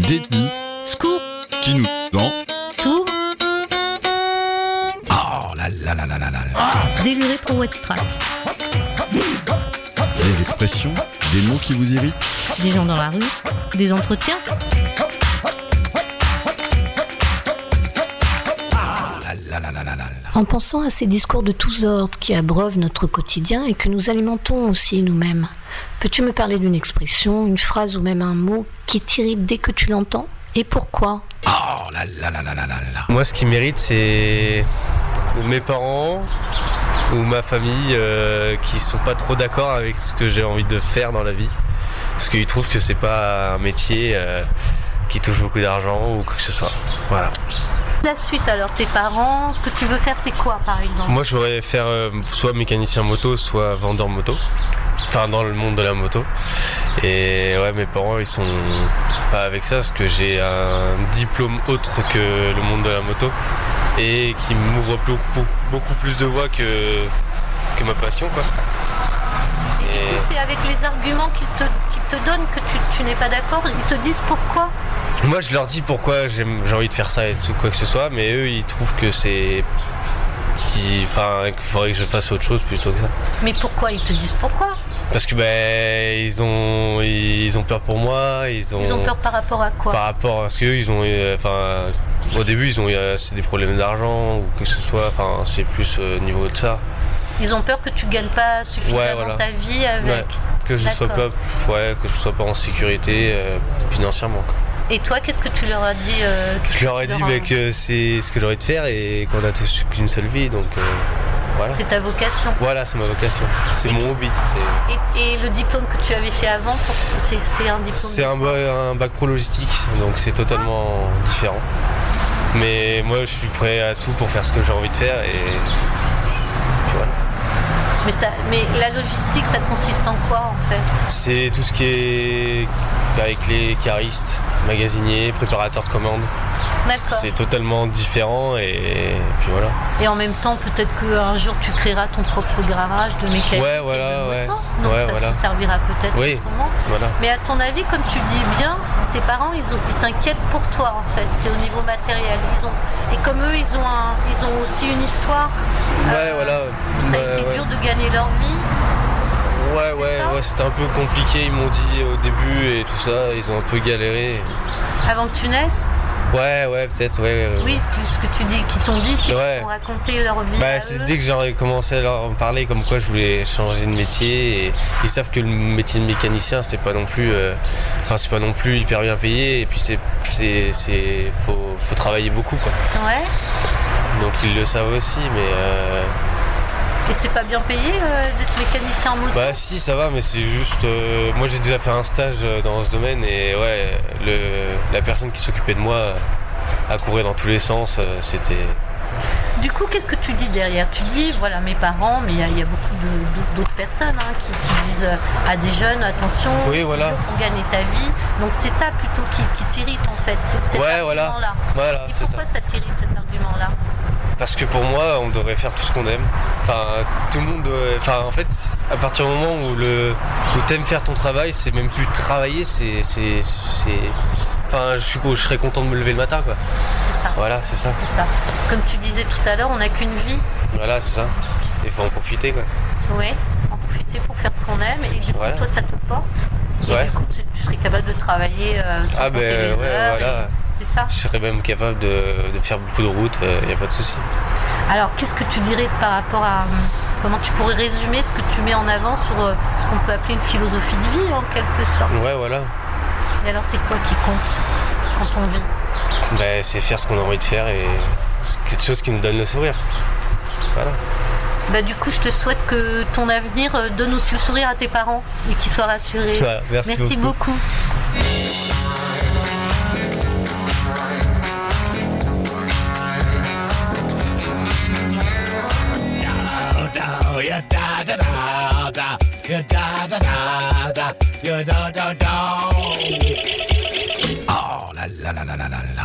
détenus Scoop, qui nous ont tour, oh là là là là là là là. déluré pour Wextrack. Des expressions, des mots qui vous irritent, Des gens dans la rue, des entretiens, oh là là là là là là là. En pensant à ces discours de tous ordres qui abreuvent notre quotidien et que nous alimentons aussi nous-mêmes, peux-tu me parler d'une expression, une phrase ou même un mot qui t'irrite dès que tu l'entends Et pourquoi Oh là là là là là là là. Moi, ce qui mérite, c'est mes parents ou ma famille euh, qui sont pas trop d'accord avec ce que j'ai envie de faire dans la vie. Parce qu'ils trouvent que c'est pas un métier euh, qui touche beaucoup d'argent ou quoi que ce soit. Voilà. La suite alors, tes parents, ce que tu veux faire c'est quoi par exemple Moi, je voudrais faire euh, soit mécanicien moto, soit vendeur moto. Enfin, dans le monde de la moto. Et ouais, mes parents, ils sont pas avec ça parce que j'ai un diplôme autre que le monde de la moto et qui m'ouvre beaucoup, beaucoup plus de voies que, que ma passion, quoi. Et- C'est avec les arguments qu'ils te, qu'ils te donnent que tu, tu n'es pas d'accord, ils te disent pourquoi. Moi, je leur dis pourquoi j'aime- j'ai envie de faire ça et tout, quoi que ce soit, mais eux, ils trouvent que c'est. qui- Enfin, qu'il faudrait que je fasse autre chose plutôt que ça. Mais pourquoi ils te disent pourquoi Parce que, ben, ils ont, ils ont peur pour moi, ils ont. Ils ont peur par rapport à quoi Par rapport à ce qu'eux, ils ont. euh, Enfin, au début, ils ont eu euh, c'est des problèmes d'argent ou que ce soit, enfin, c'est plus euh, au niveau de ça. Ils ont peur que tu gagnes pas suffisamment Ouais, voilà. ta vie avec. Ouais. Que je sois pas, D'accord. ouais, que je sois pas en sécurité euh, financièrement, quoi. Et toi, qu'est-ce que tu leur as dit euh, qu'est-ce Je leur ai que tu dit as- bah, que c'est ce que j'aurais de faire et qu'on a tous qu'une seule vie, donc euh, voilà. C'est ta vocation. Voilà, c'est ma vocation. C'est mon hobby. c'est- Et, et le diplôme que tu avais fait avant, pour- c'est c'est un diplôme. C'est un, ba- un bac pro logistique, donc c'est totalement différent. Mais moi, je suis prêt à tout pour faire ce que j'ai envie de faire. Et Mais, ça, mais la logistique, ça consiste en quoi en fait c'est tout ce qui est avec les caristes, magasiniers, préparateurs de commandes. D'accord. C'est totalement différent. Et, puis voilà. Et en même temps, peut-être qu'un jour tu créeras ton propre garage de mécanique. Ouais, et voilà, de ouais. moto. Donc Ouais, ça voilà. te servira peut-être Oui. autrement. voilà. Mais à ton avis, comme tu le dis bien, tes parents, ils ont- ils s'inquiètent pour toi en fait. C'est au niveau matériel. Ils ont, et comme eux, ils ont, un- ils ont aussi une histoire. Ouais, Euh, voilà. où Ça a Ouais, été ouais. dur de gagner leur vie. Ouais, ouais, ça ouais, c'était un peu compliqué. Ils m'ont dit au début et tout ça. Ils ont un peu galéré. Avant que tu naisses, Ouais, ouais, peut-être, ouais, ouais. ouais. oui, tu- ce que tu dis, qui t'ont dit, c'est Ouais. qu'ils t'ont raconté leur vie. à Bah, c'est eux. dès que j'aurais commencé à leur parler comme quoi je voulais changer de métier et ils savent que le métier de mécanicien c'est pas non plus euh, enfin c'est pas non plus hyper bien payé et puis c'est c'est c'est faut, faut travailler beaucoup quoi. Ouais. Donc ils le savent aussi mais euh, Et c'est pas bien payé euh, d'être mécanicien en moto. bah si ça va mais c'est juste euh, moi j'ai déjà fait un stage euh, dans ce domaine et ouais le la personne qui s'occupait de moi euh, à courir dans tous les sens euh, c'était Du coup, qu'est-ce que tu dis derrière Tu dis, voilà, mes parents, mais il y a- il y, a beaucoup de- de- d'autres personnes hein, qui, qui disent euh, à des jeunes, attention, Oui, c'est voilà. dur pour gagner ta vie. Donc c'est ça plutôt qui, qui t'irrite en fait, c'est cet Ouais, voilà. argument-là. voilà, Et c'est ça. pourquoi ça, t'irrite cet argument-là Parce que pour moi, on devrait faire tout ce qu'on aime. Enfin, tout le monde. doit- Enfin, en fait, à partir du moment où le où t'aimes faire ton travail, c'est même plus travailler, c'est c'est c'est. Enfin, je suis je serais content de me lever le matin, quoi. C'est ça. Voilà, c'est ça. C'est ça. Comme tu disais tout à l'heure, on n'a qu'une vie. Voilà, c'est ça. Il faut en profiter, quoi. Ouais. En profiter pour faire ce qu'on aime. Et du coup, Voilà. toi, ça te porte. Et Ouais. du coup, tu, tu serais capable de travailler euh, sans Ah compter ben ouais, les heures. voilà. C'est ça. Je serais même capable de, de faire beaucoup de routes. Il y a pas de souci. Alors, qu'est-ce que tu dirais par rapport à. euh, Comment tu pourrais résumer ce que tu mets en avant sur euh, ce qu'on peut appeler une philosophie de vie, en quelque sorte Ouais, voilà. Et alors, c'est quoi qui compte quand on vit Ben, c'est faire ce qu'on a envie de faire et c'est quelque chose qui nous donne le sourire. Voilà. bah, Du coup, je te souhaite que ton avenir euh, donne aussi le sourire à tes parents et qu'ils soient rassurés. Voilà, merci beaucoup. beaucoup. Oh Ah, là là là là là là là.